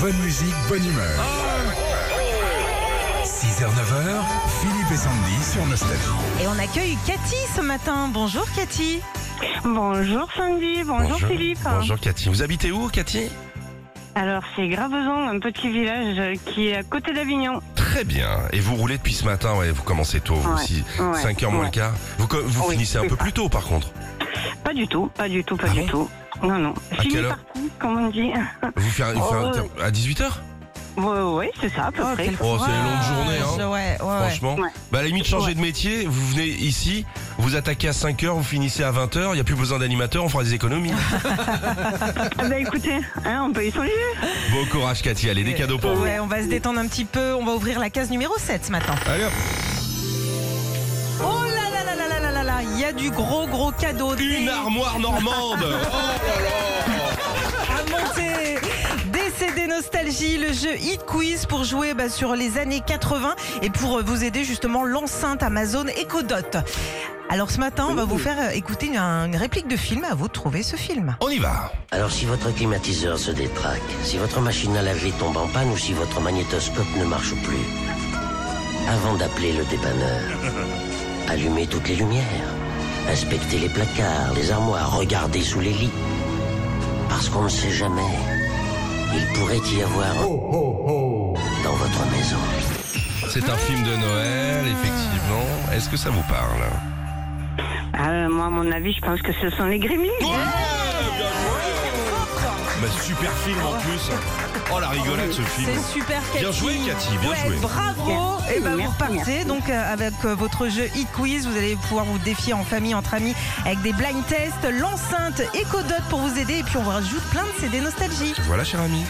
Bonne musique, bonne humeur. 6h, 9h, Philippe et Sandy sur Nostalgie. Et on accueille Cathy ce matin. Bonjour Cathy. Bonjour Sandy, bonjour, Philippe. Bonjour Cathy. Vous habitez où Cathy Alors c'est Gravezon, un petit village qui est à côté d'Avignon. Très bien. Et vous roulez depuis ce matin, ouais, vous commencez tôt, vous Ouais, aussi. ouais, 5h moins le ouais. quart. Vous, co- vous Oui, finissez un plus peu tard. plus tôt par contre. Pas du tout, pas du tout, pas Ah du bon tout. Non, non. À Fini quelle heure parti, comme on dit. Vous faites vous Oh, faites un ouais. ter- à 18h Oui, c'est ça à Ah, peu près. Oh, c'est une longue journée, hein. Ouais, ouais, ouais. Franchement. Ouais. Bah à la limite changer de métier, vous venez ici, vous attaquez à 5h, vous finissez à 20h, il n'y a plus besoin d'animateur, on fera des économies. Ah bah écoutez, hein, on peut y songer. bon courage Cathy, allez des cadeaux pour vous. Ouais, on va se détendre un petit peu. On va ouvrir la case numéro 7 ce matin. Allez hop. Oh là là là là là là là là. Il y a du gros gros cadeau. des- une armoire normande. Oh. à monter. Décédé Nostalgie, le jeu Hit Quiz pour jouer bah, sur les années 80 et pour euh, vous aider justement l'enceinte Amazon EcoDot. Alors ce matin, on va vous faire euh, écouter une, une réplique de film. À vous de trouver ce film. On y va. Alors si votre climatiseur se détraque, si votre machine à laver tombe en panne ou si votre magnétoscope ne marche plus, avant d'appeler le dépanneur, allumez toutes les lumières, inspectez les placards, les armoires, regardez sous les lits. Parce qu'on ne sait jamais, il pourrait y avoir un- dans votre maison. C'est un film de Noël, effectivement. Est-ce que ça vous parle Ah, moi, à mon avis, je pense que ce sont les Gremlins. Bah, super film en plus. Oh la rigolade ce film. C'est super Cathy. Bien joué, Cathy, bien Ouais, joué. Bravo. Et ben vous Merci, repartez donc euh, avec euh, votre jeu Hit Quiz. Vous allez pouvoir vous défier en famille, entre amis, avec des blind tests, l'enceinte EcoDot pour vous aider et puis on vous rajoute plein de CD Nostalgie. Voilà, cher ami.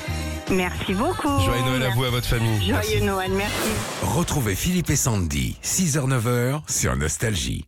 Oh, Merci beaucoup. Oh. Joyeux Noël à vous et à votre famille. Joyeux Merci. Noël, merci. Retrouvez Philippe et Sandy, 6h, 9h sur Nostalgie.